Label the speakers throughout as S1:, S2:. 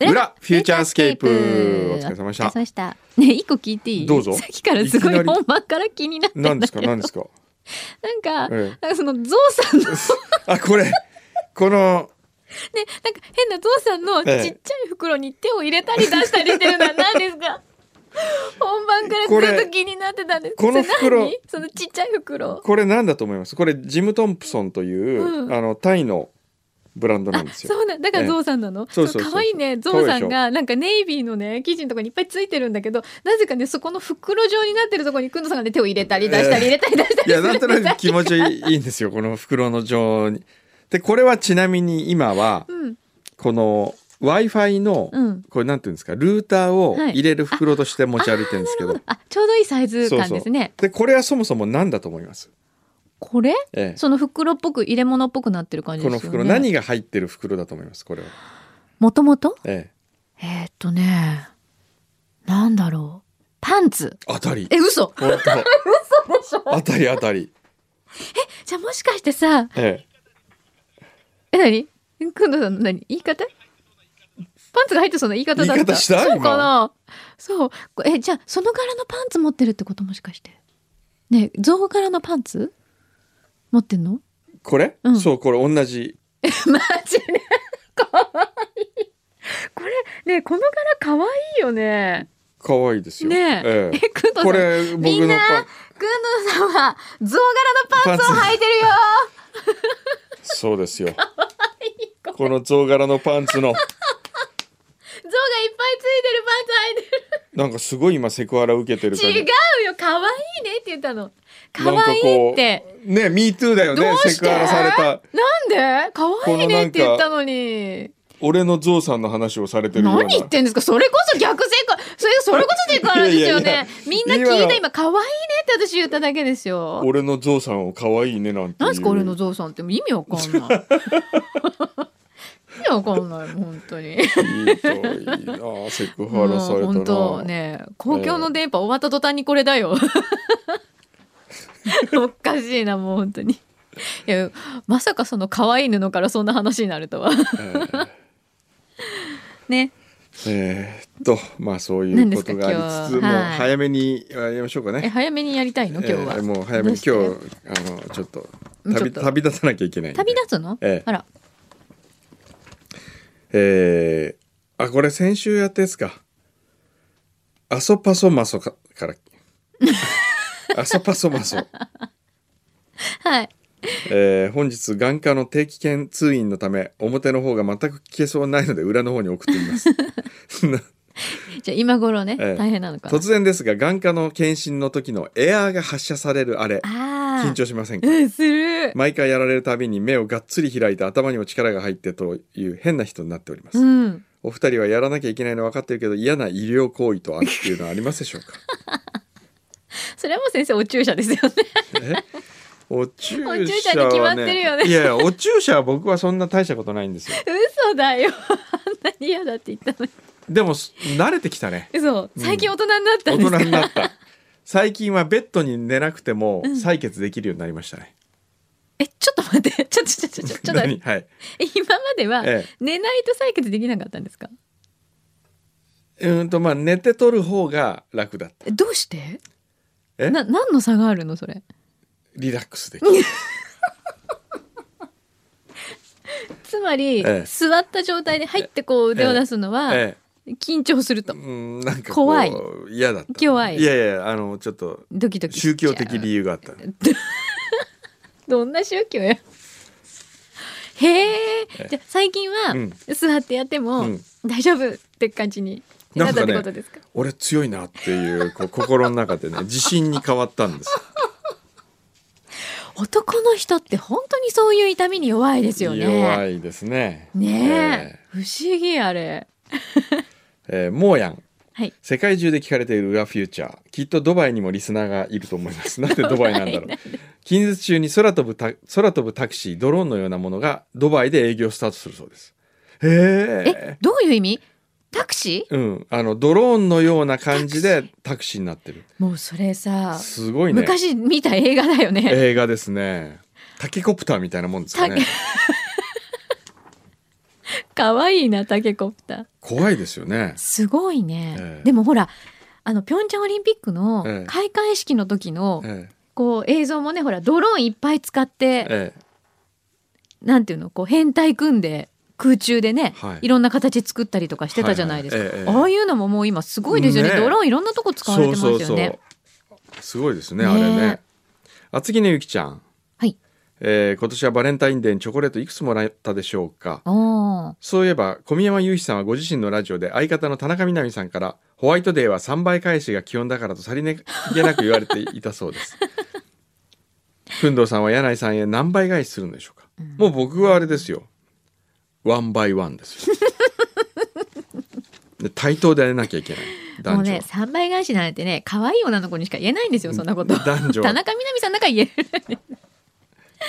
S1: フューチャースケープ。お疲れ様でし
S2: お疲。
S1: た
S2: れ様でした。ねえ、一個聞いていい。
S1: どうぞ
S2: さっきからすご
S1: いき
S2: い
S1: なり
S2: 本番から気になってんだけど。
S1: 何ですか、何ですか。
S2: なんか、
S1: ええ
S2: なんかそのゾウさんの ね、
S1: あ、これ。この。
S2: なんか変なゾウさんのちっち
S1: ええ
S2: ゃい袋に手を入れたり出したりしてるのは何です か。本番から
S1: これ
S2: ずっと気になってたんです。
S1: この
S2: それ何
S1: 袋
S2: そのちっちゃい袋。
S1: これなんだと思います。これジムトンプソンという、
S2: うん
S1: あのタイの。ブランドな
S2: あ
S1: んで、すよ。
S2: そうなんだから
S1: ええ
S2: ゾウさんなの。
S1: そうそうそう
S2: 可愛いね、ゾウさんがなんかネイビーのね生地のところにいっぱいついてるんだけど、なぜかねそこの袋状になってるところにくんのさんがね手を入れたり出したり入れたり出したり
S1: い
S2: する
S1: や、なんと
S2: んです
S1: なく気持ちいい んですよ。この袋の上に。で、これはちなみに今は、
S2: うん
S1: この Wi-Fi の、
S2: うん。
S1: これなんていうんですか、ルーターを入れる袋として持ち歩いてるんですけど。
S2: あ、ちょうどいいサイズ
S1: そう
S2: 感
S1: そ
S2: です
S1: う。
S2: ね。
S1: で、これはそもそも何だと思います。
S2: これ、
S1: え
S2: その袋っぽく入れ物っぽくなってる感
S1: え、
S2: じ
S1: こ
S2: です
S1: の
S2: よね。
S1: 袋、何が入ってる袋だと思います。これは。
S2: もともと
S1: ええ、
S2: えーっとね、なんだろう。パンツ。
S1: 当たり。
S2: え、嘘
S1: 本当。当たり当たり。
S2: じゃあもしかしてさ、
S1: え
S2: え、なにくんどさんの何言い方パンツが入ってそうな言い方だった。
S1: 言い方した
S2: そうかなそう。こえ、じゃあその柄のパンツ持ってるってこともしかして。ねえ、象柄のパンツ持ってんの
S1: え、これ、
S2: うん
S1: そう、これ同じ。
S2: マジで。かわいい。これ、ねえこの柄かわいいよね。
S1: 可愛いですよ。
S2: ね
S1: え
S2: え、
S1: え。
S2: くんどさん。
S1: これ、僕
S2: みん
S1: の
S2: な
S1: パン。
S2: くんどさんは象柄のパンツを履いてるよ
S1: そうですよ。この象柄のパ ンツ
S2: 象
S1: の、
S2: がいっぱいついてるパンツ履いてる
S1: なんかすごい今セクハラ受けてる感じ。
S2: 違うよ可愛いねって言ったの可
S1: なんかこう
S2: 愛いって。
S1: ね、ミートゥーだよね
S2: どう、して
S1: セクハラされた。
S2: なんで可愛いねって言ったのに
S1: 俺のゾウさんの話をされてるような。
S2: 何言ってんですかそれこそ逆正解それそれこそ正解ですよね
S1: いやいやいや
S2: みんな聞い
S1: 今
S2: た今可愛いねって私言っただけですよ
S1: 俺のゾウさんを可愛いねなんていう。
S2: 何ですか俺のゾウさんって意味わか んない意味わかんないもう本当に
S1: いいといいな、セクハラさ
S2: も
S1: れ
S2: う本
S1: た
S2: 当
S1: な。
S2: ね公共の電波終わった途端にこれだよ、おかしいなもう本当にいやまさかその可愛い布からそんな話になるとはね
S1: えーっと、まあそうい
S2: 何
S1: う
S2: で
S1: こ
S2: すか
S1: とがありつつ、も
S2: 今
S1: う
S2: 日はい
S1: 早めにやりましょうか
S2: え
S1: ね。
S2: 早めにやりたいの今日は、
S1: えーもう早めに今
S2: ど
S1: 日
S2: うして、
S1: あの、ちょっと
S2: うんちょっ
S1: 旅、
S2: と
S1: 旅立たなきゃいけないんで。
S2: 旅立つの、
S1: ええ
S2: あら
S1: えー、あ、これ先週やったやつか。アソパソマソか から。アソパソマソ。
S2: はい
S1: えー本日眼科の定期検通院のため表の方が全く聞けそうにないので裏の方に送っています
S2: じゃあ今頃ね、
S1: ええ
S2: 大変なのかな
S1: 突然ですが眼科の検診の時のエアーが発射されるあれ
S2: ああ
S1: 緊張しませんか
S2: うんする
S1: 毎回やられるたびに目をがっつり開いて頭にも力が入ってという変な人になっております、
S2: うん
S1: お二人はやらなきゃいけないの分かってるけど嫌な医療行為とはっていうのはありますでしょうか
S2: それはもう先生お注射ですよね
S1: お注射は、ね、
S2: お注射に決まってるよね
S1: いやいやお注射は僕はそんな大したことないんですよ
S2: 嘘だよあんなに嫌だって言ったのに
S1: でもす慣れてきたね
S2: 嘘最近大人になった
S1: 大
S2: んですか、
S1: 人になった最近はベッドに寝なくても
S2: うん
S1: 採血できるようになりましたね、
S2: え、ちょっと待って、ちょ、ちょ、ちょ、ちょ、ちょっと待っ
S1: 何
S2: て、
S1: はい
S2: え今までは
S1: え
S2: 寝ないと採血できなかったんですか。
S1: えうーんとまあ寝て取る方が楽だった
S2: えどうして。
S1: え
S2: な、何の差があるの、それ。
S1: リラックスできる
S2: つまり、
S1: ええ
S2: 座った状態で入ってこう腕を出すのは、
S1: え
S2: 緊張する
S1: え
S2: と
S1: う。ーんなんかこう
S2: 怖い
S1: 嫌だった
S2: 怖い
S1: いやいやあのちょっと
S2: ドキドキ。
S1: 宗教的理。由があった
S2: どんな宗教や。へえ
S1: ええ、
S2: じゃあ、最近は、
S1: うん
S2: 座ってやっても、
S1: うん
S2: 大丈夫って感じに。なったってことですか。
S1: 俺強いなっていうこう心の中で ね自信に変わったんです
S2: 男の人って、本当にそういう痛みに弱いですよね。
S1: 弱いですね
S2: ねえ
S1: え、
S2: 不思議あれ。
S1: ええーモーヤン
S2: はい。
S1: 世界中で聞かれている裏フューチャーきっとドバイにもリスナーがいると思い ますなんでドバイなんだろう近日中に空飛ぶタ空飛ぶタクシードローンのようなものがドバイで営業スタートするそうです
S2: え
S1: へえ
S2: どういう意味タクシ
S1: うんあのドローンのような感じ
S2: タク
S1: でタクシーになってる
S2: ーもうそれさ、
S1: すごいね
S2: 昔見た映画だよね、
S1: 映画ですねタケコプターみたいなもんですかね
S2: 可愛いなタケコプター
S1: 怖いですよね
S2: すごいね、
S1: ええ
S2: でもほらあのピョンチャンオリンピックの
S1: ええ
S2: 開会式の時の、
S1: え
S2: こう映像もねほらドローンいっぱい使って
S1: え、ええ
S2: なんていうのこう変態組んで空中でね、
S1: はい
S2: い、ろんな形作ったりとかしてたじゃないですか、
S1: はいはいええええ
S2: ああいうのももう今すごいですよね
S1: ね
S2: ドローンいろんなとこ使われてますよね
S1: うすごいですね
S2: ね
S1: あれね厚木のゆきちゃん、
S2: はい
S1: えー今年はバレンタインデーにチョコレートいくつもらったでしょうか
S2: おー
S1: そういえば小宮山雄飛さんはご自身のラジオで相方の田中みな実さんからホワイトデーは3倍返しが基本だからとさりげなく言われていたそうです 工藤さんは柳井さんへ何倍返しするんでしょうか、もう僕はあれですよワンバイワ ンですよで対等であれなきゃいけない男女
S2: もうね三倍返しなんてね可愛い女の子にしか言えないんですよそんなこと
S1: 男女は
S2: 田中みな実さんなんか言える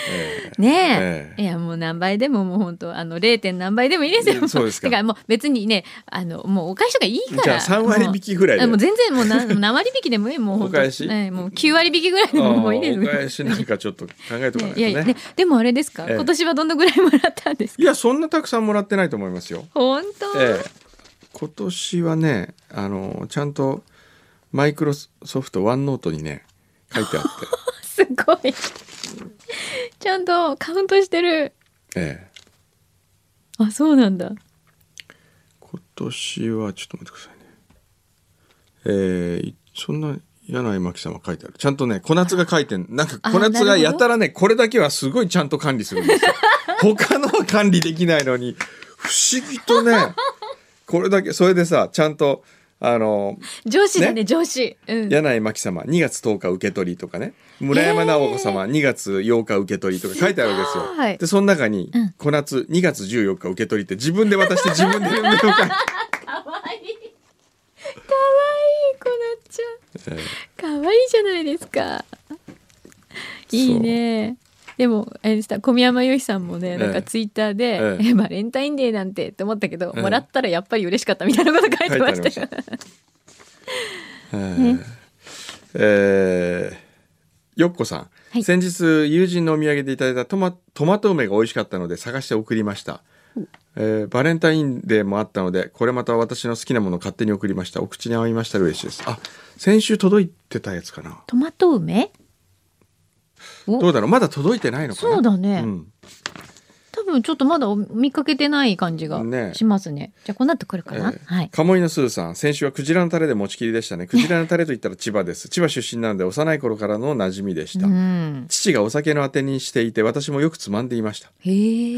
S1: え
S2: ね
S1: え
S2: え、いやもう何倍でももう本当あの 0. 点何倍でもいいです
S1: う
S2: よ。
S1: んそうです か
S2: だからもう別にねあのもうお返しとかいい
S1: え
S2: から。
S1: じゃあ3割引きぐらい
S2: もう
S1: で
S2: あもう全然もうな何割引きでもいいもう本当
S1: お返し
S2: ええもう9割引きぐらいで
S1: あ
S2: も
S1: ー
S2: もういいです
S1: お返しなんかちょっと考えとかないとね
S2: いやいやねでもあれですか、
S1: ええ
S2: 今年はどのぐらいもらったんですか
S1: いやそんなたくさんもらってないと思いますよ
S2: 本当、
S1: ええ、今年はねあのちゃんとマイクロソフトワンノートにね書いてあっ
S2: すごい ちゃんとカウントしてる
S1: て、ええ、
S2: あそうなんだ
S1: 今年はちょっと待ってくださいねええいそんな柳井真紀さんは書いてあるちゃんとね小夏が書いてんなんか
S2: あ
S1: 小夏が
S2: なるほど
S1: やたらねこれだけはすごいちゃんと管理するんですよ他のは管理できないのに不思議と ねこれだけそれでさちゃんとあの
S2: 上司だね上司うん
S1: 柳井真紀様2月10日受け取りとかね村山直子様2月8日受け取りとか書いてあるわけですよ。
S2: すごい
S1: でその中に
S2: うん
S1: 「小夏2月14日受け取り」って自分で渡して自分で読んでるか
S2: かわいいかわいいこなっちゃん
S1: ら
S2: 可愛いじゃないですか。いいね。でもあれでした小宮山由紀さんもね、
S1: え
S2: なんかツイッターで、
S1: ええ
S2: えバレンタインデーなんてって思ったけど、
S1: ええ
S2: もらったらやっぱり嬉しかったみたいなこと書いてま
S1: 書い
S2: した
S1: て
S2: よ。
S1: えーえーよっこさん、
S2: はい
S1: 先日友人のお土産でいただいたトマトマト梅が美味しかったので探して送りました、えーバレンタインデーもあったのでこれまた私の好きなものを勝手に送りましたお口に合いましたら嬉しいですあ先週届いてたやつかな
S2: トマト梅？お
S1: どうだろうまだ届いてないのかな
S2: そうだね
S1: ん
S2: 多分ちょっとまだお見かけてない感じが
S1: ね
S2: しますね。じゃあこの後来るかな。
S1: えー
S2: はい。
S1: 鴨居のすずさん先週はクジラのタレで持ちきりでしたねクジラのタレといったら千葉です千葉出身なので幼い頃からの馴染みでした、
S2: うん。
S1: 父がお酒のあてにしていて私もよくつまんでいました
S2: へ
S1: へ
S2: え。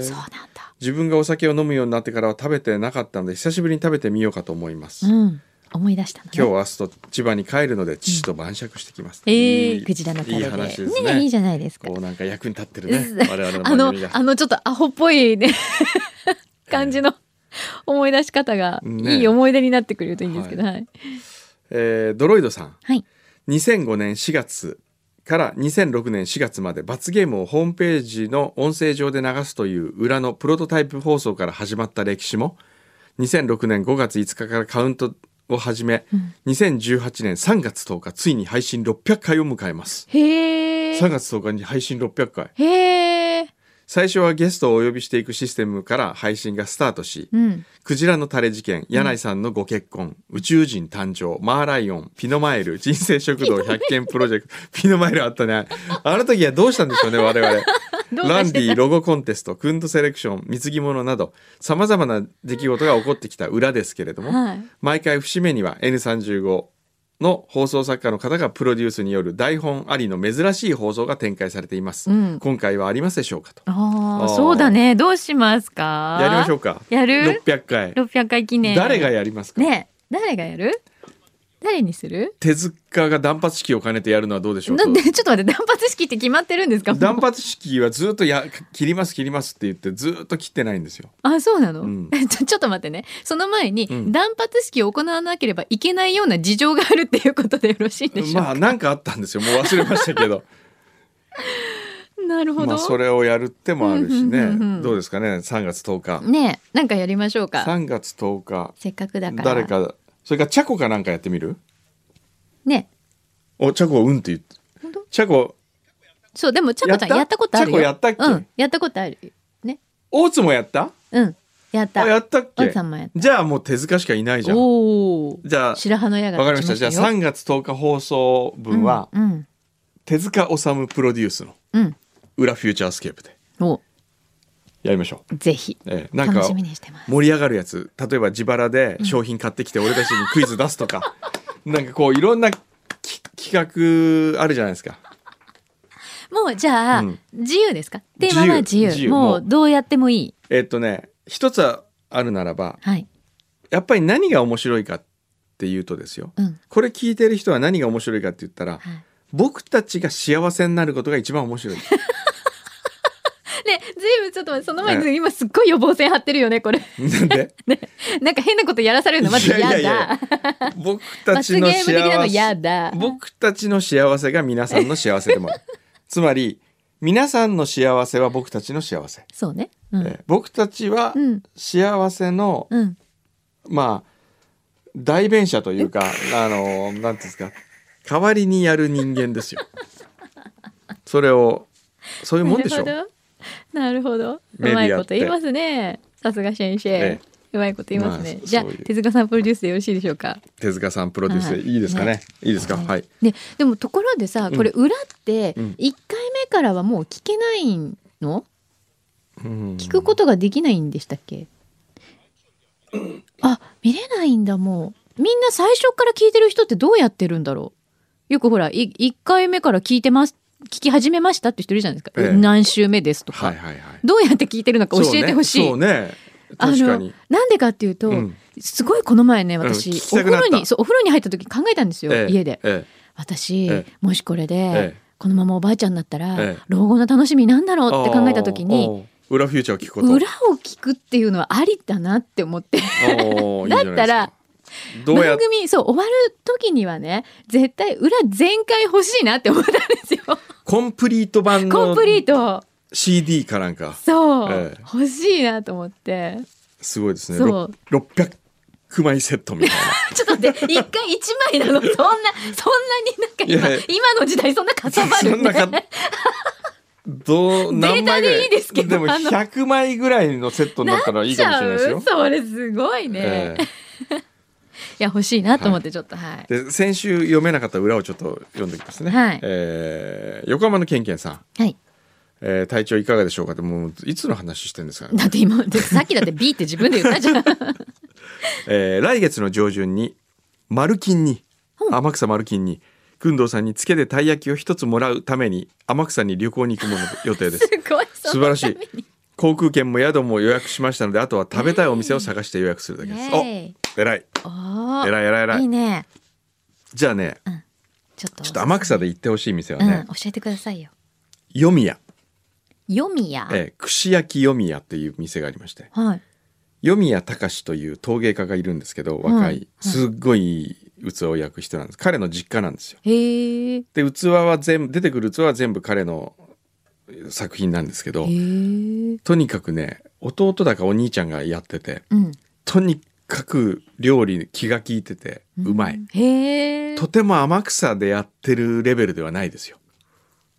S1: え
S2: そうなんだ。
S1: 自分がお酒を飲むようになってからは食べてなかったので久しぶりに食べてみようかと思います、
S2: うん。思い出したの、ね。
S1: 今日明日と千葉に帰るので父と晩酌してきます、
S2: ええ
S1: いい
S2: クジラのタレ
S1: い
S2: で。
S1: い話ですね
S2: ねいいじゃないですか
S1: こ。うなんか役に立ってるね
S2: う
S1: 我々の
S2: あ
S1: 番
S2: の
S1: 組が、
S2: あのちょっとアホっぽい ね、感じの思い出し方が、
S1: ね
S2: いい思い出になってくれるといいんですけど、
S1: は
S2: はい。
S1: えードロイドさん
S2: はい。
S1: 2005年4月から2006年4月まで罰ゲームをホームページの音声上で流すという裏のプロトタイプ放送から始まった歴史も2006年5月5日からカウントを始め、2018年3月10日ついに配信600回を迎えます
S2: へ
S1: 3
S2: え。
S1: 月10日に配信600回
S2: へえ。
S1: 最初はゲストをお呼びしていくシステムから配信がスタートし、
S2: うん。
S1: クジラのタレ事件、柳井さんのご結婚、宇宙人誕生、マーライオン、ピノマイル、人生食 堂100件プロジェクト、ピノマイルあったね。あの時はどうしたんでしょうね、我々。
S2: どう
S1: ラ
S2: か
S1: ン
S2: し
S1: デ
S2: て
S1: ィ、
S2: た
S1: ロゴコンテスト、クンドセレクション、貢ぎ物など、様々な出来事が起こってきた裏ですけれども、
S2: はい
S1: 毎回節目には N35 の放送作家の方がプロデュースによる台本ありの珍しい放送が展開されています。
S2: うん
S1: 今回はありますでしょうかと。
S2: あ
S1: あー
S2: あ、そうだね。どうしますか。
S1: やりましょ
S2: う。
S1: うか。
S2: やる。
S1: 600回。
S2: 六百回記念。
S1: 誰がやりますか
S2: ねえ、誰がやる。誰にする。
S1: 手塚が断髪式を兼ねてやるのはどうでしょう
S2: な
S1: と
S2: んで、ち ょっと待って、断髪式って決まってるんですか。もう
S1: 断髪式はずっとや切ります切りますって言ってずっと切ってないんですよ。
S2: あ、そうなの、
S1: うん
S2: ちょちょっと待ってね。その前に、
S1: うん
S2: 断髪式を行わなければいけないような事情があるっていうことでよろしいんでしょうか。
S1: まあなんかあったんですよもう忘れましたけど
S2: な るほど。
S1: まあそれをやるってもあるし
S2: うんうんうんう
S1: ね
S2: ん
S1: どうですかね3月10日
S2: ねえ、なんかやりましょうか。
S1: 3月10日
S2: せっかくだから。
S1: 誰かそれからチャコかなんかやってみる
S2: ねえ。
S1: おチャコうんって言って
S2: 本当
S1: チャコ
S2: そう、でも、ちゃこちゃん
S1: やった
S2: やったことあるよ。
S1: ちゃこやったっけ
S2: うん、やったことある。ね。
S1: 大津もやった
S2: うんやった
S1: あやったっ
S2: お
S1: け
S2: じさんもやっ
S1: じゃあもう手塚しかいないじ
S2: た
S1: ゃん
S2: おお
S1: じゃあ
S2: 白羽の矢が
S1: わかりま
S2: 立
S1: し
S2: ち
S1: たじゃあ
S2: よ
S1: 3月10日放送分は、
S2: うん
S1: 手塚治虫プロデュースの
S2: うん、
S1: 裏フューチャースケープで
S2: うん、お
S1: やりましょう、
S2: ぜひ
S1: ええなん
S2: 楽
S1: か
S2: しみにしてます
S1: 盛り上がるやつ例えば自腹で商品買ってきて俺たちにクイズ出すとか、 なんかこういろんなき企画あるじゃないですか
S2: もうじゃあ、
S1: うん
S2: 自由ですかテーマは自由
S1: 自由
S2: も
S1: も
S2: う
S1: う
S2: どうやってもいい
S1: えっとね一つはあるならば
S2: はい
S1: やっぱり何が面白いかっていうとですよ
S2: うん
S1: これ聞いてる人は何が面白いかって言ったら
S2: はい
S1: 僕たちが幸せになることが一番面白い
S2: ね、ずいぶんちょっと待ってその前に今すっごい予防線張ってるよねこれ
S1: なんで
S2: なんか変なことやらされるのまず
S1: い
S2: 嫌
S1: やいやい
S2: だ
S1: や 僕た
S2: 罰ゲー
S1: ちの
S2: ム
S1: 幸
S2: 的なの嫌
S1: せ
S2: だ
S1: 僕たちの幸せが皆さんの幸せ でもあるつまり皆さんの幸せは僕たちの幸せ、
S2: そうねうん、
S1: えー僕たちは
S2: うん
S1: 幸せの、
S2: うん
S1: まあ代弁者というかあのなんていうんですか代わりにやる人間ですよそれをそういうもんでし
S2: なる
S1: ょ、
S2: ほどなるほど
S1: メ
S2: う
S1: ディ
S2: ま
S1: アって
S2: いこと言いますねさすが先生、
S1: ええ
S2: うまいこと言いますね、
S1: まあ
S2: じゃあ
S1: そういう
S2: 手塚さんプロデュースでよろしいでしょうか
S1: 手塚さんプロデュース
S2: は
S1: で
S2: い
S1: いいですかね,、
S2: ね
S1: いいですかはい
S2: ででもところでさ
S1: うん
S2: これ裏って
S1: うん
S2: 1回目からはもう聞けないの聞
S1: 聞
S2: くことができないんでしたっけあ見れないんだもうみんな最初から聞いてる人ってどうやってるんだろうよくほら1回目から聞いてます聞き始めましたって人いるじゃないですか、
S1: ええ
S2: 何週目ですとか、
S1: はいはいはい
S2: どうやって聞いてるのか教えてほしい、
S1: そうね
S2: あ
S1: そうね確か
S2: の
S1: に
S2: なんでかっていうと、
S1: うん
S2: すごいこの前ね私、
S1: うん聞き
S2: お風
S1: たくなった
S2: 呂にそうお風呂に入った時考えたんですよ、
S1: ええ
S2: 家で
S1: え
S2: 私、
S1: ええ
S2: もしこれで、
S1: ええ
S2: このままおばあちゃんになったら、
S1: ええ
S2: 老後の楽しみなんだろ
S1: え
S2: うって考えた時に
S1: おー裏フューチャーを聞くこと
S2: 裏を聞くっていうのはありだなって思って
S1: おーいいじゃないですか
S2: だったら
S1: どうや
S2: 番組そう終わる時にはね絶対裏全開欲しいなって思ったんですよ
S1: コンプリート版
S2: コン
S1: の
S2: プリート
S1: CD かなんか
S2: そう、
S1: ええ
S2: 欲しいなと思って
S1: すごいですね
S2: そう
S1: ろ600枚セット みたい
S2: ちょっと待 って、一回一枚なの、そんな、そんなになんか今、
S1: いやいや
S2: 今の時代そんなかさばる
S1: そんな か
S2: ね。
S1: などう何枚ぐら
S2: データでいいですけど
S1: でも
S2: あの
S1: 100枚ぐらいのセットになったらいいかもしれないですよ
S2: ちゃうそれすごいね。
S1: ええ
S2: いや、欲しいなと思って、ちょっと、はい。
S1: で先週読めなかった裏をちょっと読んでおきますね、
S2: はい
S1: えー横浜のけんけんさん、
S2: はい。
S1: えー体調いかがでしょうかってもういつの話してんですかね
S2: だって今、でさっきだって B って自分で言ったじ ゃん。
S1: えー来月の上旬に丸金に天草丸金に工藤さんにつけでたい焼きを一つもらうために天草に旅行に行くもの予定ですす
S2: ごい。
S1: 素晴ら し
S2: その
S1: い航空券も宿も予約しましたのであとは食べたいお店を探して予約するだけです、
S2: ために。
S1: お偉い
S2: おおー
S1: 偉い偉い偉い
S2: いね。
S1: じゃあね
S2: ちょっと。
S1: ちょっと天草で行ってほしい店は
S2: うん、
S1: ね
S2: 教えてくださいよ。
S1: よみや、
S2: よみや。
S1: えー串焼きよみやっていう店がありまして
S2: はい。
S1: よみやたかしという陶芸家がいるんですけど若いすっごい器を焼く人なんです彼の実家なんですよ
S2: へえ。へ
S1: で器は全部出てくる器は全部彼の作品なんですけど
S2: え。
S1: とにかくね弟だかお兄ちゃんがやってて
S2: うん。
S1: とにかく料理に気が利いててうまい、
S2: ん。へえ。
S1: とても天草でやってるレベルではないですよ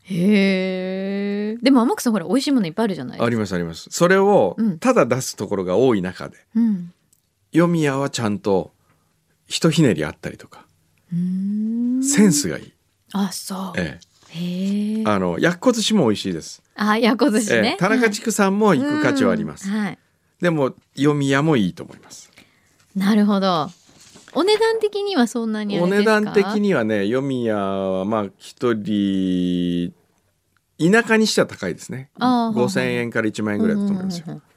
S2: へえ。でも天草ほら美味しいものいっぱいあるじゃない
S1: ありますありますそれを
S2: うん
S1: ただ出すところが多い中で
S2: うん。
S1: 読み屋はちゃんとひとひねりあったりとか
S2: うーん
S1: センスがいい、
S2: あ、そう。
S1: え
S2: へ
S1: え
S2: え。
S1: あのやっこ寿司も美味しいです、
S2: あ、やこ寿司
S1: え
S2: ね
S1: え。田中畜さんも
S2: はい
S1: 行く価値はあります、
S2: うんはい。
S1: でも読み屋もいいと思います
S2: なるほど。お値段的にはそんなにあ
S1: お
S2: れ
S1: 値
S2: ですか。
S1: 段的。にはね読み屋はまあ一人田舎にしては高いですね
S2: あー
S1: 5,000円から1万円ぐらいだと思いますよ、
S2: うんうんうんうん。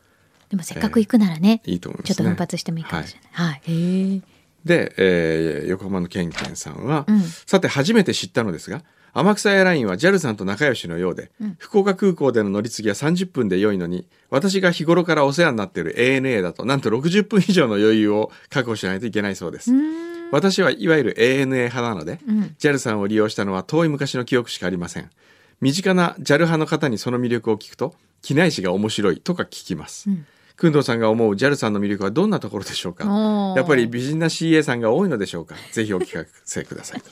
S2: でもせっかく行くならね、
S1: いいと思います
S2: ちょ
S1: ね
S2: っと奮発してもいいかもしれない。はい。へえ。
S1: で、えー横浜のけんけんさんは、
S2: うん
S1: さて初めて知ったのですが天草エアラインは JAL さんと仲良しのようで、
S2: うん
S1: 福岡空港での乗り継ぎは30分で良いのに私が日頃からお世話になっている ANA だとなんと60分以上の余裕を確保しないといけないそうで
S2: う
S1: す、
S2: ーん。
S1: 私はいわゆる ANA 派なので、
S2: うん
S1: JAL さんを利用したのは遠い昔の記憶しかありません身近な JAL 派の方にその魅力を聞くと機内誌が面白いとか聞きます
S2: うん
S1: 工藤、さんが思う JAL さんの魅力はどんなところでしょうか
S2: おー
S1: やっぱり美人な CA さんが多いのでしょうかぜひお聞かせください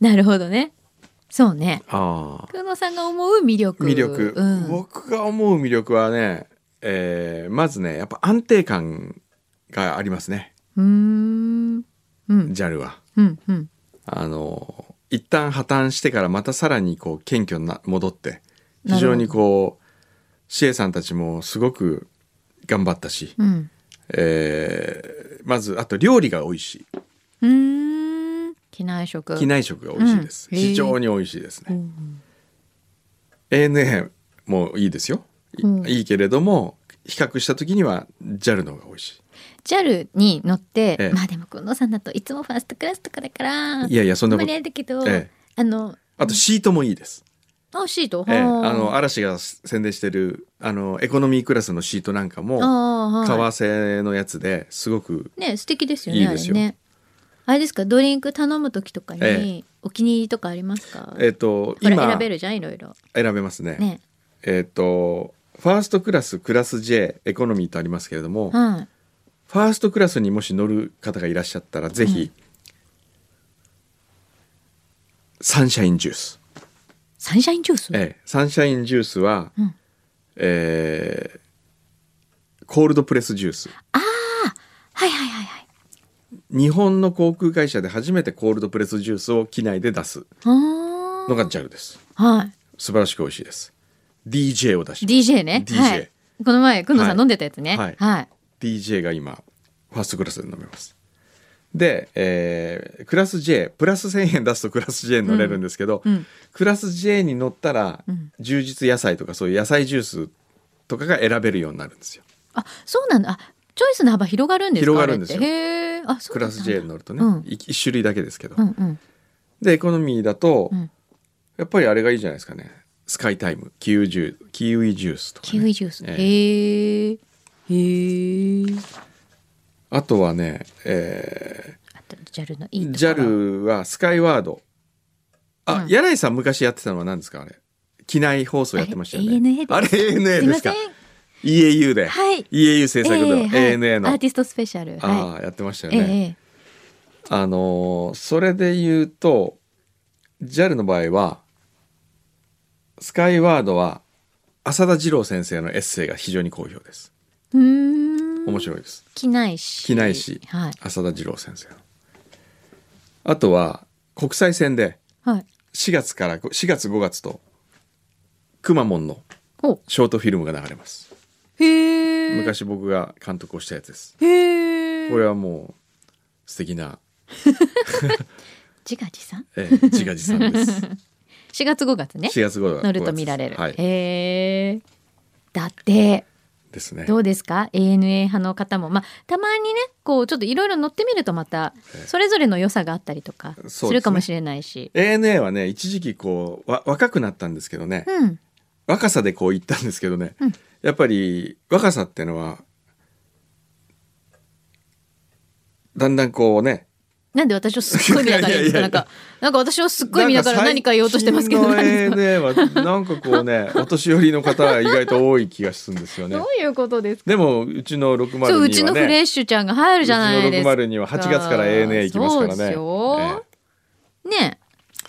S2: なるほどね。そうね
S1: ああ
S2: 久野さんが思う魅力
S1: 魅力、
S2: うん、
S1: 僕が思う魅力はね、えーまずねやっぱ安定感がありますね
S2: うーんうん
S1: JAL は。
S2: うんうん
S1: あの一旦破綻してからまたさらにこう謙虚にな戻って非常にこうシエさんたちもすごく頑張ったし、
S2: うん
S1: えーまずあと料理が美味しい。
S2: うーん機内食
S1: 機内食が美味しいです、
S2: うんへー
S1: 非常に美味しいです
S2: う
S1: ね、
S2: ん
S1: ANA もいいですよ、い
S2: うん
S1: いいけれども比較した時には JAL の方が美味し
S2: JAL に乗って、
S1: ええ
S2: まあでも久野さんだといつもファーストクラスとかだから
S1: いいやいやそんな
S2: 無
S1: こ
S2: 理
S1: と
S2: やだけど、
S1: ええ
S2: あの
S1: あとシートもいいです、
S2: あシート、
S1: ええあ
S2: ほう
S1: の嵐が宣伝してるあのエコノミークラスのシートなんかも
S2: あーはい
S1: 為替のやつですごく
S2: ね素敵ですよね
S1: いいですよ
S2: あれねあれですかドリンク頼む時とかに、
S1: え
S2: お気に入りとかありますか
S1: えっ、
S2: ほ
S1: と
S2: ら
S1: 今
S2: 選べるじゃんいろいろ
S1: 選べますね
S2: ね
S1: えっ、とファーストクラスクラス J エコノミーとありますけれども、
S2: はい
S1: ファーストクラスにもし乗る方がいらっしゃったらぜひ、サンシャインジュース、
S2: サンシャインジュース、
S1: ええサンシャインジュースは、
S2: うん
S1: えーコールドプレスジュース
S2: はいはいはいはい
S1: 日本の航空会社で初めてコールドプレスジュースを機内で出す
S2: あー
S1: のが JAL です
S2: は
S1: 素晴らしく美味しいです DJ を出し
S2: い
S1: て
S2: DJ ね
S1: DJ
S2: はい、この前くんのさん、
S1: はい
S2: 飲んでたやつね
S1: はい
S2: はい
S1: DJ が今ファーストクラスで飲めますで、えークラス J プラス1,000円出すとクラス J に乗れるんですけど、
S2: うん
S1: クラス J に乗ったら、
S2: うん
S1: 充実野菜とかそういう野菜ジュースとかが選べるようになるんですよ
S2: あそうなんだあチョイスの幅広がるんですか
S1: 広がるんですよ
S2: あれってへえあそう
S1: ク
S2: だっ
S1: ラ
S2: たんだ
S1: ス J に乗るとね、
S2: うん
S1: い一種類だけですけど、
S2: うんうん
S1: でエコノミーだと、
S2: うん
S1: やっぱりあれがいいじゃないですかねスカイタイムキウイジュースキウイジュースとか、ね、
S2: キウイジュース、
S1: ええ
S2: へえへえ
S1: あとはね、え
S2: あと JAL のいい
S1: ー、
S2: ところ
S1: JAL はスカイワードあ、
S2: うん
S1: 柳井さん昔やってたのは何ですかあれ機内放送やってましたよね
S2: あれ ANA
S1: あれ
S2: す
S1: ANA
S2: い
S1: で
S2: ますせん
S1: か EAU で、
S2: はい
S1: EAU 制作部、
S2: ええ
S1: ANA の
S2: はいアーティストスペシャル
S1: あ
S2: は
S1: あやってましたよ
S2: い、え
S1: ね、
S2: え
S1: あのーそれで言うと JAL の場合はスカイワードは浅田二郎先生のエッセイが非常に好評です
S2: うーん
S1: 面白いです、
S2: 機内誌
S1: 機内誌
S2: はい
S1: 浅田二郎先生のあとは国際線で
S2: はい
S1: 4月から4月5月とくまモンの
S2: お
S1: ショートフィルムが流れます
S2: へえ
S1: 昔僕が監督をしたやつです
S2: へえ
S1: これはもう素敵な、
S2: 自画自賛
S1: ええ、自画自賛 です
S2: 4月5月ね
S1: 4月頃は
S2: 乗ると見られる、
S1: はい、
S2: へえだって
S1: ですね
S2: どうですか ANA 派の方もまあたまにねこうちょっといろいろ乗ってみるとまた
S1: ええ
S2: それぞれの良さがあったりとか
S1: です
S2: す
S1: ね
S2: るかもしれないし
S1: ANA はね一時期こうわ若くなったんですけどね
S2: うん
S1: 若さでこう言ったんですけどね、
S2: うん
S1: やっぱり若さってのはだんだんこうね
S2: なんで私をすっごい見ながら言うんですか な
S1: いや
S2: ん
S1: いやい
S2: かなんか私をすっごい見ながら何か言おうとしてますけど
S1: なんか
S2: 何です
S1: 最
S2: か
S1: 近の ANA はなんかこうねお年寄りの方が意外と多い気がするんですよ ね
S2: どういうことですか
S1: でもうちの602はね
S2: そううちのフレッシュちゃんが入るじゃないですか。
S1: うちの602は8月から ANA 行きますからね
S2: そうですよ。ね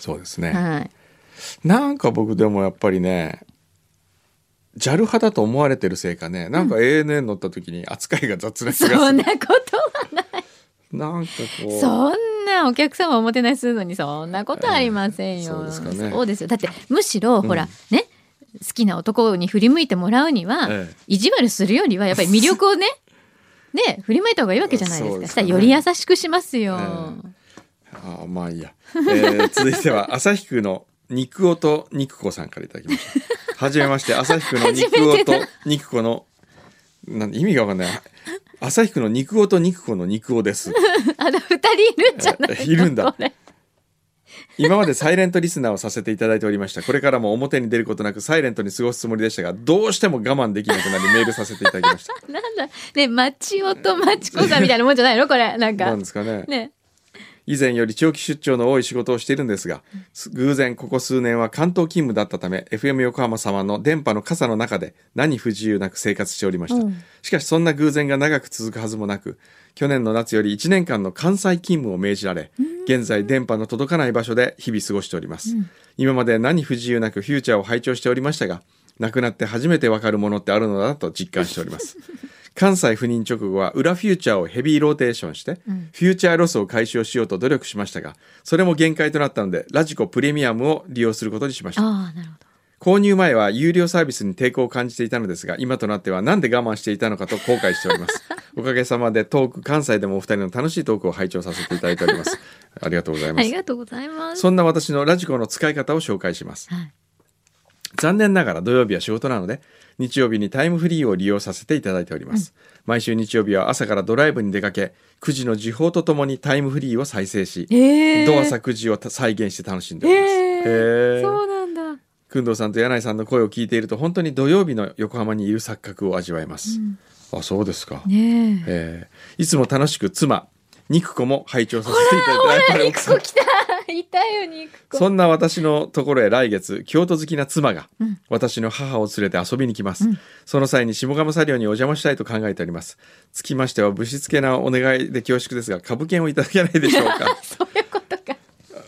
S1: そうですね、
S2: はい。
S1: なんか僕でもやっぱりね JAL 派だと思われてるせいかねなんか ANA 乗った時に扱いが雑な気
S2: そ
S1: がする、
S2: んなことは
S1: なんかこう
S2: そんなお客様をおもてなしするのにそんなことありませんよ。
S1: ええそうですかね
S2: そうですよ。だってむしろほら、
S1: うん
S2: ね好きな男に振り向いてもらうには、
S1: ええ
S2: 意地悪するよりはやっぱり魅力をね ね振りまいた方がいいわけじゃないです
S1: そう
S2: か。
S1: です
S2: した
S1: かね
S2: らより優しくしますよ。
S1: えあーまあいいや、えー続いては旭区の肉音肉子さんからいただきましたはじめまして旭区の肉
S2: 初めて
S1: 音
S2: だ
S1: 肉子のなん意味がわかんない旭区の肉音肉子の肉音です
S2: あの二人いるんじゃない
S1: えいるんだ
S2: これ
S1: 今までサイレントリスナーをさせていただいておりましたこれからも表に出ることなくサイレントに過ごすつもりでしたがどうしても我慢できなくなりメールさせていただきました
S2: なんだねマチオとマチコさんみたいなもんじゃないのこれなんか
S1: なんですかね
S2: ね
S1: 以前より長期出張の多い仕事をしているんですが、偶然ここ数年は関東勤務だったため FM 横浜様の電波の傘の中で何不自由なく生活しておりました、
S2: うん
S1: しかしそんな偶然が長く続くはずもなく去年の夏より1年間の関西勤務を命じられ現在電波の届かない場所で日々過ごしております、今まで何不自由なくフューチャーを拝聴しておりましたが亡くなって初めてわかるものってあるのだなと実感しております関西赴任直後は裏フューチャーをヘビーローテーションして、フューチャーロスを解消しようと努力しましたがそれも限界となったのでラジコプレミアムを利用することにしました
S2: ああなるほど
S1: 購入前は有料サービスに抵抗を感じていたのですが今となってはなんで我慢していたのかと後悔しておりますおかげさまでトーク関西でもお二人の楽しいトークを拝聴させていただいておりますありがとうござい
S2: あ
S1: ま
S2: り
S1: す
S2: がとうございます
S1: そんな私のラジコの使い方を紹介します
S2: はい
S1: 残念ながら土曜日は仕事なので日曜日にタイムフリーを利用させていただいております、毎週日曜日は朝からドライブに出かけ9時の時報とともにタイムフリーを再生し、
S2: ええ
S1: ドア朝9時を再現して楽しんでおります、
S2: えー
S1: へー
S2: そうなんだ
S1: 工藤さんと柳井さんの声を聞いていると本当に土曜日の横浜にいる錯覚を味わえます、あそうですか、
S2: ねえ
S1: えーいつも楽しく妻肉子も拝聴させていただいてあれ奥
S2: 肉
S1: さん
S2: 子来たいたよ肉子
S1: そんな私のところへ来月京都好きな妻が
S2: うん
S1: 私の母を連れて遊びに来ます、その際に下鴨作業にお邪魔したいと考えておりますつきましてはぶしつけなお願いで恐縮ですが株券をいただけないでしょう か
S2: そういうことか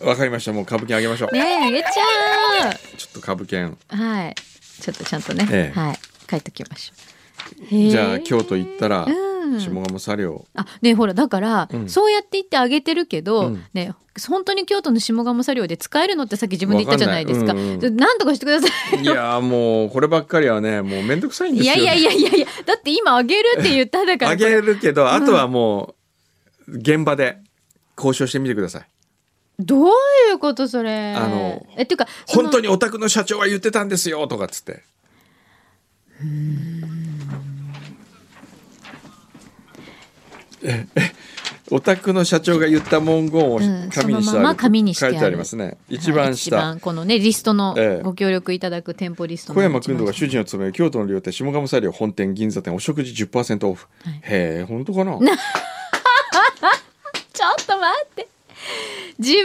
S1: わかりましたもう株券あげましょう、
S2: ねえあげちゃう
S1: ちょっと株券
S2: はいちょっとちゃんとね、
S1: ええ
S2: はい書いときましょうへえ
S1: じゃあ京都行ったら
S2: うん
S1: 下鴨作業
S2: あねえほらだから、
S1: うん
S2: そうやって言ってあげてるけど、
S1: うん
S2: ね本当に京都の下鴨砂料で使えるのってさっき自分で言ったじゃないですか
S1: わかんないうんうん
S2: ちょなんとかしてく ださい
S1: いやーもうこればっかりはねもうめんどくさいん
S2: い
S1: ですよ、
S2: や
S1: ね、
S2: いやいやいやいやだって今あげるって言ったんだから
S1: あげるけどあとはもう現場で交渉してみてください
S2: どういうことそれ
S1: あの
S2: えっていうかその
S1: 本当にお宅の社長は言ってたんですよとかっつってええお宅の社長が言った文言を
S2: うん
S1: 紙にしてある、
S2: そのまま紙にしてあ
S1: 書
S2: る
S1: いてありますね一
S2: はい
S1: 番
S2: 一
S1: 下、
S2: 番このねリストの
S1: ええ
S2: ご協力いただく店舗リストの
S1: 小山君
S2: 一
S1: とが
S2: 番下
S1: 主人を務める京都の料亭下鴨茶寮本店銀座店お食事10%オフ、
S2: はい
S1: へえ本当かな
S2: ちょっと待って自分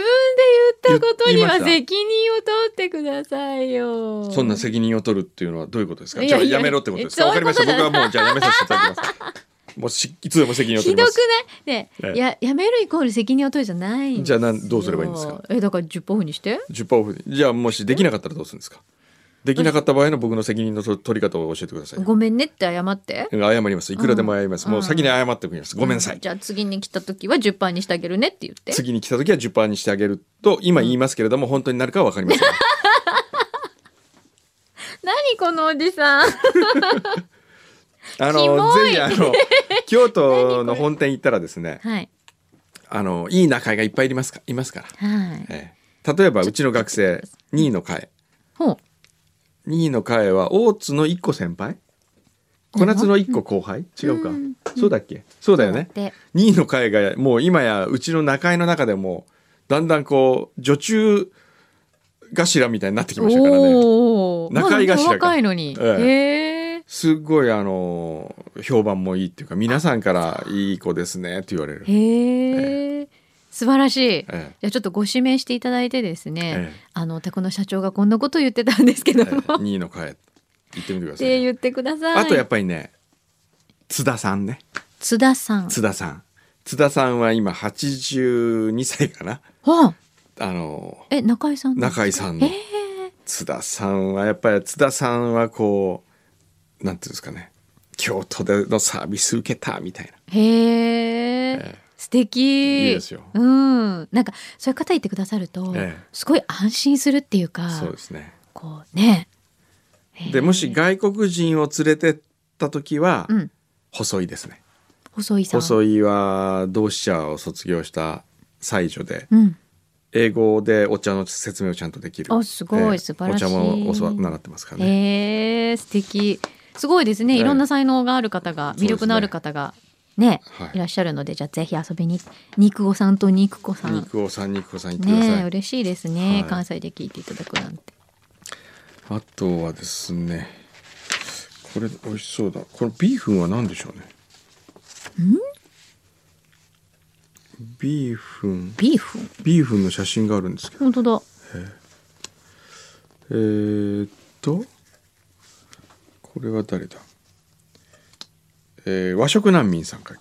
S2: で言ったことには
S1: 言言いました
S2: 責任を取ってくださいよ
S1: そんな責任を取るっていうのはどういうことですか
S2: い
S1: じゃ
S2: や
S1: あ
S2: いや
S1: やめろってことですか
S2: そ
S1: わ
S2: う
S1: か
S2: いう
S1: り
S2: ことだ
S1: ました僕はもうじゃあやめさせていただきますもうしいつでも責任を取
S2: ひ
S1: り
S2: ど
S1: ま
S2: く
S1: す
S2: ないねえ
S1: ええ
S2: ややめるイコール責任を取るじゃないんですよ
S1: じゃあなんどうすればいいんですか
S2: えだから10分にして
S1: 10%オフじゃあもしできなかったらどうするんですかできなかった場合の僕の責任のと取り方を教えてください
S2: ごめんねって謝って
S1: 謝りますいくらでも謝ります、
S2: うん
S1: もう先に謝っておきますごめんなさい、
S2: うじゃあ次に来た時は10にしてあげるねって言って
S1: 次に来た時は10%にしてあげると今言いますけれども、本当になるかは分かりません
S2: 何このおじさん
S1: あ
S2: キモ
S1: の
S2: い
S1: ぜひあ の京都の本店行ったらですね
S2: はい
S1: あのいい仲居がいっぱいいますかいますから、
S2: はい
S1: ええ例えばうちの学生2位の会
S2: ほう
S1: 2位の会は大津の1個先輩小夏の1個後輩違うか、そうだっけそうだよね
S2: そうだって
S1: 2位の会がもう今やうちの仲居の中でもだんだんこう女中頭みたいになってきましたからね
S2: おお
S1: 中居頭が
S2: 若いのに
S1: え
S2: へえ
S1: すっごいあの評判もいいっていうか皆さんから「いい子ですね」って言われる、
S2: へえ素晴らしい
S1: ええ
S2: じゃあちょっとご指名していただいてですね
S1: ええ
S2: あのお宅の社長がこんなこと言ってたんですけど
S1: え
S2: も
S1: 2位の会行ってみてくだ
S2: っ
S1: さ
S2: て
S1: い、
S2: 言ってください。
S1: あとやっぱりね津田さんね
S2: 津田さん。
S1: 津田さん津田さんは今82歳かな
S2: あ、
S1: あの
S2: え中井さん。
S1: 中井さんの
S2: ええ
S1: 津田さんはやっぱり津田さんはこうなんていうんですかね京都でのサービス受けたみたいな
S2: へ
S1: え
S2: え。素敵。
S1: いいですよ
S2: うん。なんかそういう方言ってくださると、
S1: ええ
S2: すごい安心するっていうか、
S1: そうですね
S2: こうね。
S1: でもし外国人を連れてった時は、
S2: うん。
S1: 細いですね
S2: 細井さん。
S1: 細いは同志社を卒業した才女で
S2: うん。
S1: 英語でお茶の説明をちゃんとできる
S2: あすごい
S1: え
S2: 素晴らしい
S1: お茶も教わ習ってますからね、
S2: へえ素敵。すごいですね。
S1: ええ
S2: いろんな才能がある方が、
S1: そうですね
S2: 魅力のある方が。ね、
S1: はい
S2: いらっしゃるのでじゃあぜひ遊びに肉子さんと肉子さん
S1: 肉をさん肉子さん行ってくださ
S2: ね
S1: い、
S2: え嬉しいですね、
S1: はい
S2: 関西で聞いていただくなんて
S1: あとはですねこれ美味しそうだこのビーフンは何でしょうねビーフン
S2: ビーフン
S1: ビーフンの写真があるんですけど
S2: 本当だ
S1: えー、っとこれは誰だ、えー和食難民さんから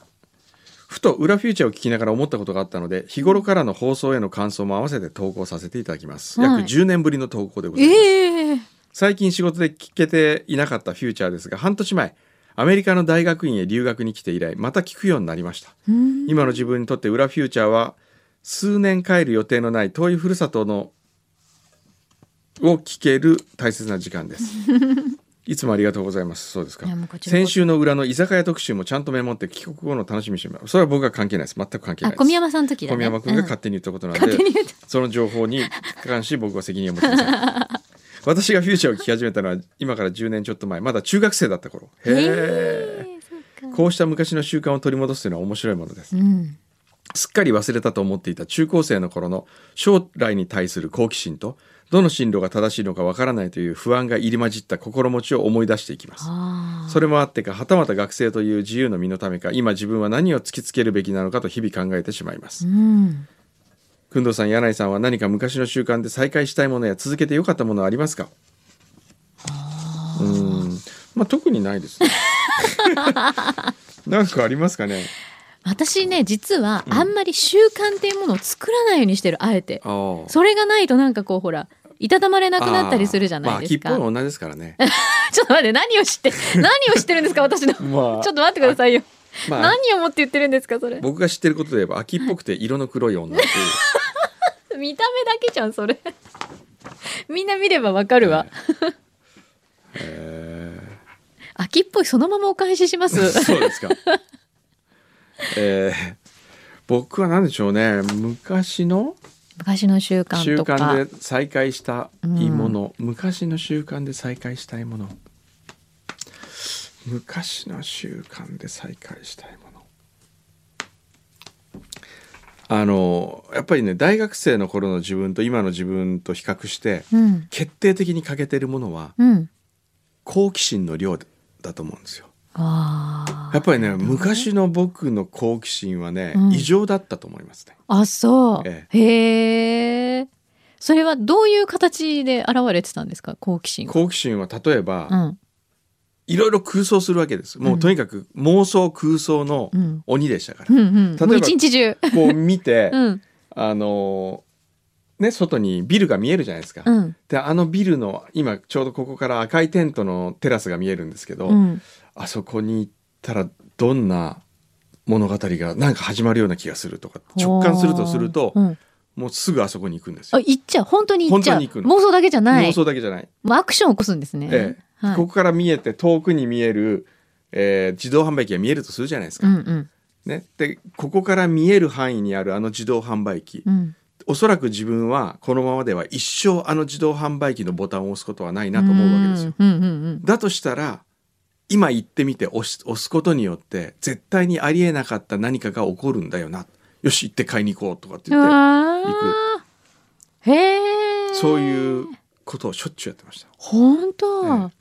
S1: ふと「裏フューチャー」を聞きながら思ったことがあったので日頃からの放送への感想も合わせて投稿させていただきます、
S2: はい
S1: 約10年ぶりの投稿でございます、
S2: ええ
S1: 最近仕事で聞けていなかったフューチャーですが半年前アメリカの大学院へ留学に来て以来また聞くようになりました
S2: うん
S1: 今の自分にとって裏フューチャーは数年帰る予定のない遠いふるさとのを聞ける大切な時間 ですいつもありがとうございますそうですか
S2: いやもうこちらこそ
S1: 先週の裏の居酒屋特集もちゃんとメモって帰国後の楽しみにしてますそれは僕は関係ないです全く関係
S2: あ
S1: ないです
S2: 小宮山さんの時だ、ね、
S1: 小宮山君が
S2: うん
S1: 勝手に言ったことなんで、
S2: 勝手に言った
S1: その情報に関し僕は責任を持ってま せん私がフューチャーを聞き始めたのは今から10年ちょっと前まだ中学生だった頃へえ
S2: ええそうか
S1: こうした昔の習慣を取り戻すというのは面白いものです
S2: うん
S1: すっかり忘れたと思っていた中高生の頃の将来に対する好奇心とどの進路が正しいのかわからないという不安が入り混じった心持ちを思い出していきます
S2: ああ
S1: それもあってかはたまた学生という自由の身のためか今自分は何を突きつけるべきなのかと日々考えてしまいます
S2: うん
S1: くんどうさん柳井さんは何か昔の習慣で再開したいものや続けてよかったものはありますかうーんまあ特にないです ねなんかありますかね
S2: 私ね実はあんまり習慣っていうものを作らないようにしてるあえて
S1: あー
S2: それがないとなんかこうほらいたたまれなくなったりするじゃないですか、
S1: あーまあ、秋っぽい女ですからね
S2: ちょっと待って何を知って 何を知ってるんですか私の、
S1: ま あ
S2: ちょっと待ってくださいよ、
S1: まあ
S2: 何を思って言ってるんですかそれ
S1: 僕が知ってることで言えば秋っぽくて色の黒い女っていう
S2: 見た目だけじゃんそれ みんな見ればわかるわ、
S1: え
S2: 秋っぽいそのままお返ししま
S1: ー
S2: す
S1: そうですかえー僕は何でしょうね昔の
S2: 昔の習慣
S1: 習
S2: とか
S1: 慣で再開したいもの、昔の習慣で再開したいもの昔の習慣で再開したいものあのやっぱりね大学生の頃の自分と今の自分と比較して
S2: うん
S1: 決定的に欠けてるものは
S2: うん
S1: 好奇心の量だと思うんですよ
S2: あ
S1: やっ
S2: ー
S1: ぱりね昔の僕の好奇心はね、
S2: うん
S1: 異常だったと思いますね
S2: あそう、
S1: え
S2: へえそれはどういう形で現れてたんですか好奇心が
S1: 好奇心は例えば、
S2: うん
S1: いろいろ空想するわけですもううんとにかく妄想空想の
S2: うん
S1: 鬼でしたから
S2: う、んうん
S1: 例えば
S2: もう一日中
S1: こう見て、
S2: うん
S1: あのーね外にビルが見えるじゃないですか、
S2: うん
S1: であのビルの今ちょうどここから赤いテントのテラスが見えるんですけど、
S2: うん
S1: あそこに行ったらどんな物語がなんか始まるような気がするとか直感するとすると、
S2: うん
S1: もうすぐあそこに行くんです
S2: あ
S1: よ、
S2: 行っちゃう本当に行っちゃう
S1: 本当に行く
S2: 妄想だけじゃない
S1: 妄想だけじゃない、
S2: もうアクションを起こすんですね、
S1: ええ
S2: はい
S1: ここから見えて遠くに見える、えー自動販売機が見えるとするじゃないですか、
S2: うんうん
S1: ね、でここから見える範囲にあるあの自動販売機、
S2: うん
S1: おそらく自分はこのままでは一生あの自動販売機のボタンを押すことはないなと思うわけですよ。
S2: うんうんうん
S1: だとしたら今行ってみて押し押すことによって絶対にありえなかった何かが起こるんだよなよし行って買いに行こうとかって
S2: う
S1: 言って
S2: わーへえ
S1: そういうことをしょっちゅうやってました。
S2: 本当、
S1: え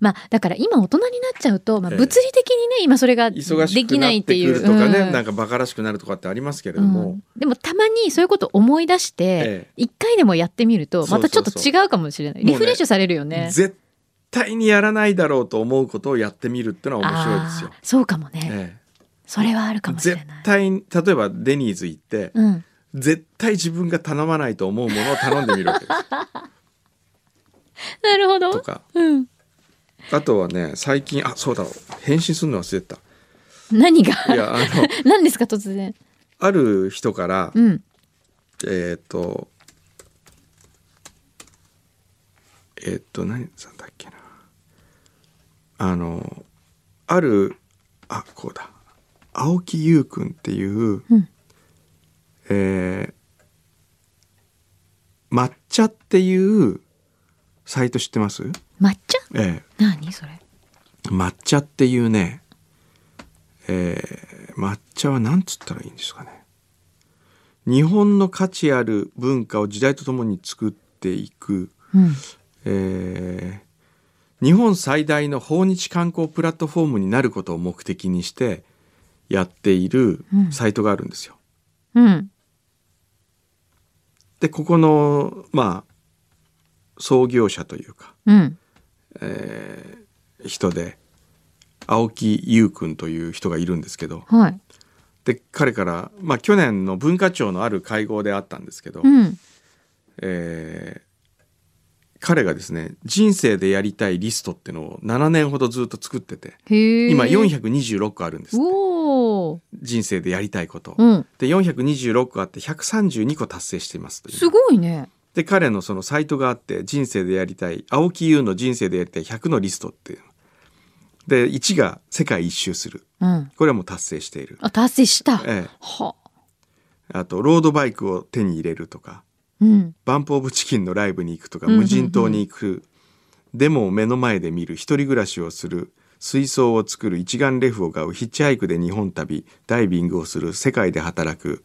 S2: まあだから今大人になっちゃうと、まあ、
S1: ええ
S2: 物理的にね今それがで
S1: 忙しく
S2: き
S1: な
S2: な
S1: っ
S2: いってて
S1: く
S2: いう
S1: るとかね、
S2: うん
S1: なんかバカらしくなるとかってありますけれ
S2: う
S1: ども、
S2: ん、でもたまにそういうこと思い出して
S1: ええ
S2: 一、回でもやってみると
S1: そう
S2: ま
S1: そう
S2: た
S1: そ
S2: ちょっ
S1: う
S2: と違うかもしれない
S1: もうね
S2: リフレッシュされるよね
S1: 絶対にやらないだろうと思うことをやってみるってのは面白いですよ
S2: あー。そうかもね、
S1: え
S2: それはあるか
S1: え、
S2: もしれ
S1: 絶
S2: ない
S1: 対に例えばデニーズ行って、
S2: うん、
S1: 絶対自分が頼まないと思うものを頼んでみるわけです
S2: なるほ
S1: と
S2: ど、
S1: か
S2: うん、
S1: あとはね最近あそうだ返信するの忘れて
S2: 何が
S1: たいやあの
S2: 何ですか突然
S1: ある人から
S2: うん
S1: えっ、とえっ、と何さんだっけなあのあるあこうだ青木優くんっていう、
S2: うん
S1: えー抹茶っていうサイト知ってます
S2: 抹茶
S1: ええ
S2: 何それ
S1: 抹茶っていうね、えー抹茶は何つったらいいんですかね日本の価値ある文化を時代とともに作っていく、
S2: うん
S1: えー日本最大の訪日観光プラットフォームになることを目的にしてやっている
S2: うん
S1: サイトがあるんですよ。
S2: うん。
S1: でここのまあ創業者というか、
S2: うん。
S1: えー人で青木優君という人がいるんですけど
S2: はい。
S1: で彼から、まあ、去年の文化庁のある会合であったんですけど、
S2: うん。
S1: えー彼がですね人生でやりたいリストってのを7年ほどずっと作ってて
S2: へえ。
S1: 今。426個あるんですって
S2: おお。
S1: 人生でやりたいこと。
S2: うん。
S1: で426個あって132個達成していますという
S2: すごいね。
S1: で彼のそのサイトがあって人生でやりたい青木優の人生でやりたい100のリストっていうで1が世界一周する
S2: うん。
S1: これはもう達成している、
S2: あ、達成した。
S1: ええ、
S2: は。
S1: あとロードバイクを手に入れるとか
S2: うん。
S1: バンプ・オブ・チキンのライブに行くとか
S2: うんうんうん
S1: 無人島に行く、デモを目の前で見る一人暮らしをする水槽を作る一眼レフを買うヒッチハイクで日本旅ダイビングをする世界で働く、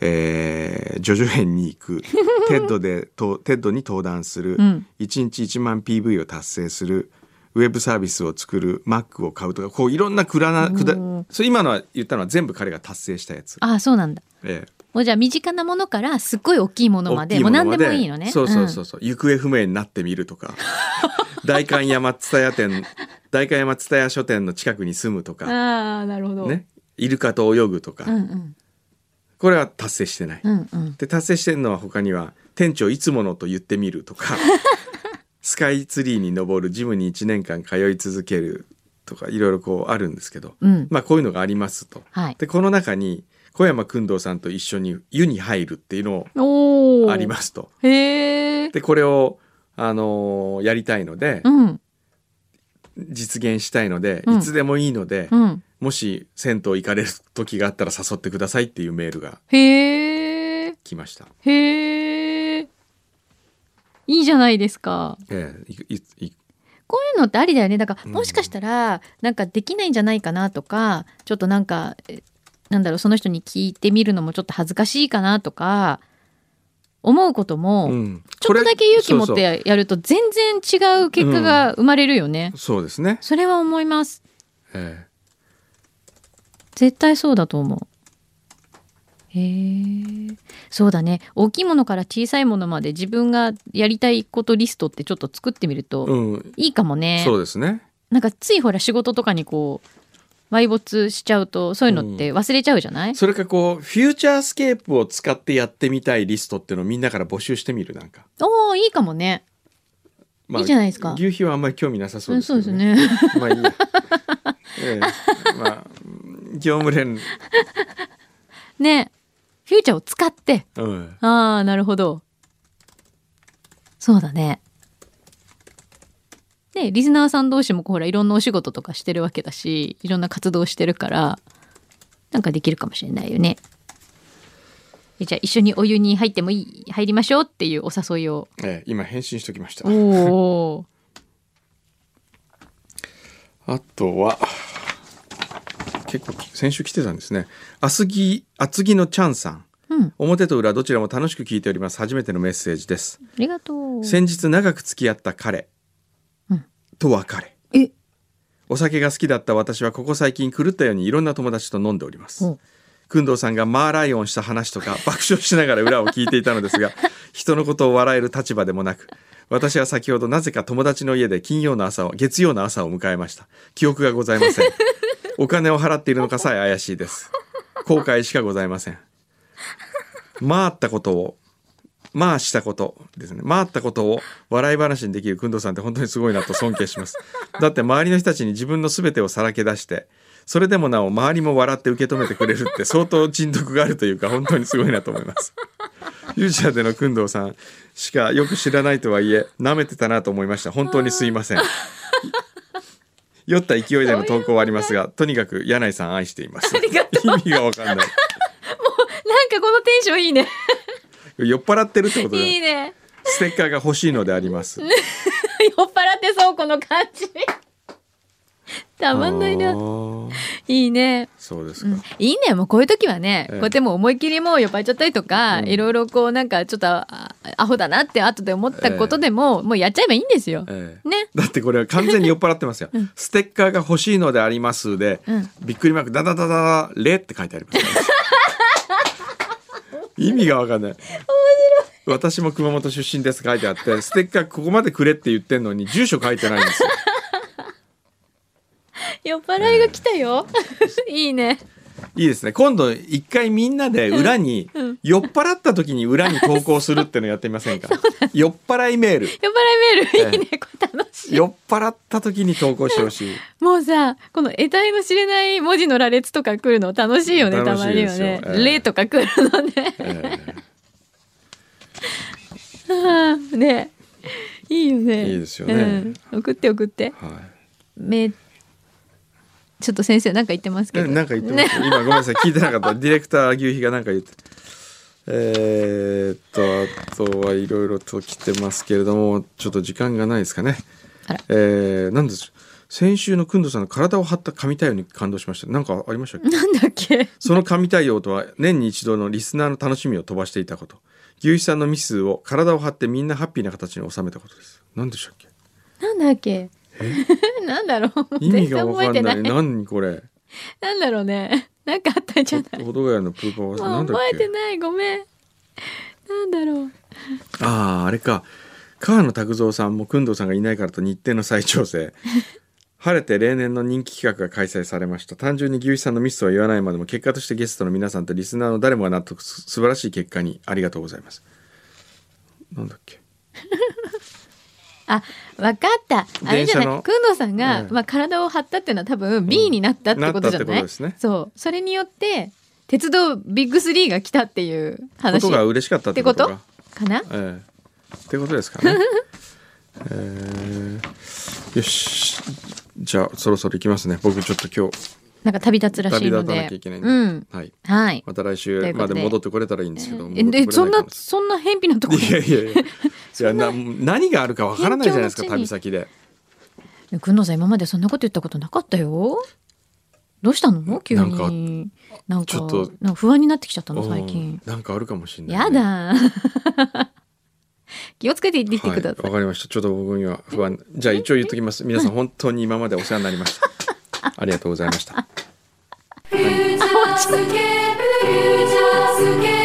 S1: えー、ジョジョ園に 行くテッドでとテッドに登壇する、
S2: うん
S1: 一1日1万 PV を達成するウェブサービスを作る Mac を買うとかこういろんなくらなくだ
S2: おー
S1: それ今のは言ったのは全部彼が達成したやつ。
S2: あ、そうなんだ。
S1: ええ
S2: もうじゃあ身近なものからすっごい大きいものまで
S1: 大きい
S2: もう
S1: の
S2: 何でもいいのね。
S1: そうそうそうそう、行方不明になってみ るとか代官山蔦屋店代官山蔦屋書店の近くに住むと
S2: うん
S1: か、
S2: ああ、なるほど。
S1: ね、イルカと泳ぐとか、
S2: うんうん
S1: これは達成してない、
S2: うんうん。
S1: で達成してるのは他には店長いつものと言ってみると かスカイツリーに登るジムに1年間通い続けるとかいろいろこうあるんですけど、
S2: うん。
S1: まあこういうのがありますと。
S2: はい。
S1: でこの中に小山君堂さんと一緒に湯に入るっていうの
S2: おお。
S1: をありますと。
S2: す。へえ。
S1: でこれを、あのーやりたいので、
S2: うん
S1: 実現したいので、
S2: うん
S1: いつでもいいので、
S2: うん。
S1: もし銭湯行かれる時があったら誘ってくださいっていうメールが
S2: へえ。
S1: 来ました。
S2: へえ。いいじゃないですか。
S1: ええいいい
S2: こういうのってありだよね。だか
S1: う
S2: ら
S1: ん
S2: もしかしたらなんかできないんじゃないかなとか、ちょっとなんかえなんだろうその人に聞いてみるのもちょっと恥ずかしいかなとか思うことも、
S1: うん
S2: ちょっとだけ勇気持っ
S1: これ
S2: てやると全然違う結果が生まれるよね。
S1: そうそうそうですね、
S2: それは思います。
S1: え
S2: 絶対そうだと思う。へえ。そうだね。大きいものから小さいものまで自分がやりたいことリストってちょっと作ってみる
S1: え
S2: と
S1: うん、
S2: いいかもね。
S1: そうですね
S2: なんかついほら仕事とかにこう埋没しちゃうとそういうのって忘れちゃうじゃない、
S1: それかこうフューチャースケープを使ってやってみたいリストっていうのをみんなから募集してみるなんか、
S2: おおいいかもね。いいじゃないですか
S1: 牛皮はあんまり興味なさそううんです
S2: そうです
S1: けど
S2: ね。
S1: まあいいや。ええまあ、業務連、
S2: ね。フューチャーを使って。
S1: うん、
S2: ああ、なるほど。そうだね。ね、リスナーさん同士もこうほらいろんなお仕事とかしてるわけだしいろんな活動してるからなんかできるかもしれないよね。えじゃあ一緒にお湯に入ってもいい入りましょうっていうお誘いを。
S1: ええ今返信しときまし
S2: お。
S1: た
S2: お
S1: あとは、結構先週来てたんですね。厚木、厚木のちゃんさん。
S2: ー。うん
S1: 表と裏どちらも楽しく聞いております。初めてのメッセージです。
S2: ありがとう。
S1: 先日長く付き合った彼
S2: うん
S1: と別れ。
S2: え
S1: お酒が好きだった私はここ最近狂ったようにいろんな友達と飲んでおります。
S2: うん
S1: 工藤さんがマーライオンした話とか 爆笑しながら裏を聞いていたのです が人のことを笑える立場でもなく私は先ほどなぜか友達の家で金曜の朝を月曜の朝を迎えました記憶がござい ませんお金を払っているのかさえ怪しいです後悔しかございません回ったことをまあしたことですね回ったことを笑い話にできる工藤さんって本当にすごいなと尊敬し ますだって周りの人たちに自分の全てをさらけ出してそれでもなお周りも笑って受け止めてくれるって相当人徳があるというか本当にすごいなと思いますフューチャーでの工藤さんしかよく知らないとはいえ舐めてたなと思いました本当にすいません酔った勢いでの投稿はありますがとにかく柳井さん愛しています意味がわかんない
S2: なんかこのテンションいいね。
S1: 酔っ払ってるってこと
S2: いい
S1: で
S2: ね。
S1: ステッカーが欲しいのであります
S2: 酔っ払ってそうこの感じ。たまんない
S1: あ
S2: な。
S1: ー
S2: いいね。
S1: そうです
S2: う
S1: か、
S2: ん、いいねもうこういう時はね、
S1: ええ
S2: こうやってもう思い切りもう呼ばれちゃったりとか、
S1: うん
S2: いろいろこうなんかちょっとあアホだなって後で思ったことでも、もうやっちゃえばいいんですよ。
S1: ええ
S2: ね。
S1: だってこれは完全に酔っ払ってますよ、ステッカーが欲しいのでありますで、
S2: うん
S1: びっくりマークダダダダダレって書いてあります、意味がわかんない面白い私も熊本出身です書いてあってステッカーここまでくれって言ってんのに住所書いてないんですよ
S2: 酔っ払いが来たよ。 いいね。
S1: いいですね今度一回みんなで裏に酔っ払った時に裏に投稿するってのやってみませ んか酔っ払いメール
S2: 酔っ払いメール、
S1: ええ
S2: いいね。これ楽しい。
S1: 酔っ払った時に投稿してほしい
S2: もうさ、この得体の知れない文字の羅列とか来るの楽しいよね、た
S1: 楽し
S2: ま
S1: い
S2: に
S1: で
S2: は
S1: すよ
S2: ね。
S1: ええ
S2: 例とか来るのね。
S1: え
S2: ああねいいよね。
S1: いいですよね
S2: うん、送って送って。
S1: ーはい
S2: めちょっと先生なんか言ってますけ
S1: な
S2: ど。
S1: なんか言ってますよ、今ごめんなさい聞いてな かったディレクター牛皮がなんか言ってえー、っとあとはいろいろと来てますけれどもちょっと時間がないですかね
S2: あら
S1: えー、なんです先週のくんどさんの体を張った神対応に感動しましたなんかありましたっ け
S2: なんだっけ。
S1: その神対応とは年に一度のリスナーの楽しみを飛ばしていたこと牛皮さんのミスを体を張ってみんなハッピーな形に収めたことです何でしたっけ
S2: なんだっけ。 なんだろう。
S1: 意味がわかんな
S2: 全
S1: い
S2: 然覚えてない。
S1: 何これ
S2: なんだろうね。なんかあったんじゃ
S1: ほ
S2: ない。
S1: 保土ヶ谷のプーパー
S2: も
S1: はな
S2: うん
S1: だっ
S2: 覚え
S1: け
S2: てないごめん。なんだろう。
S1: あああれか川野拓三さんも工藤さんがいないからと日程の再 調整晴れて例年の人気企画が開催されました単純に牛一さんのミスは言わないまでも結果としてゲストの皆さんとリスナーの誰もが納得す素晴らしい結果にありがとうございますなんだっけ
S2: あ、わかった。あれじゃ
S1: 電車
S2: ない。
S1: の
S2: くんどうさんが、
S1: ええ
S2: まあ、体を張ったっていうのは多分 B になったってことじゃ
S1: なったっ
S2: ない、
S1: てことですね
S2: そう。それによって、鉄道ビッグスリーが来たっていう話
S1: ことが
S2: っ
S1: 嬉しかったってて
S2: こ
S1: ことと
S2: か
S1: か
S2: な
S1: ええってことです かねえーよしじゃあそろそろ行きますね僕ちょっと今日
S2: なんか旅立つらし
S1: 旅
S2: いの
S1: 立
S2: で。
S1: たなきゃいけないんで、
S2: うん。
S1: はい
S2: はい。
S1: また来
S2: とい
S1: 週
S2: うこと
S1: ま
S2: で
S1: で戻ってこれたらいいんですけど
S2: え、
S1: 戻っ
S2: で
S1: てこれないか
S2: そんな
S1: も、
S2: そんな偏僻なところ
S1: いやい やいや。いやな何があるかわからないじゃないですか
S2: 辺境の地に
S1: 旅先で。
S2: に。くんどうさん、今までそんなこと言ったことなかったよ。どうしたの急
S1: なんか
S2: に。なんか、
S1: ちょっと
S2: なんか不安になってきちゃったの、最
S1: うん
S2: 近。
S1: なんかあるかもしれな
S2: や
S1: い、
S2: だ。 気をつけて行ってきてください
S1: はい。わ、かりました。ちょっと僕には不安。じゃあ一応言っときます。 皆さん本当に今までお世話になりました。ありがとうございました。
S3: 「フューチャースケープフューチャースケープ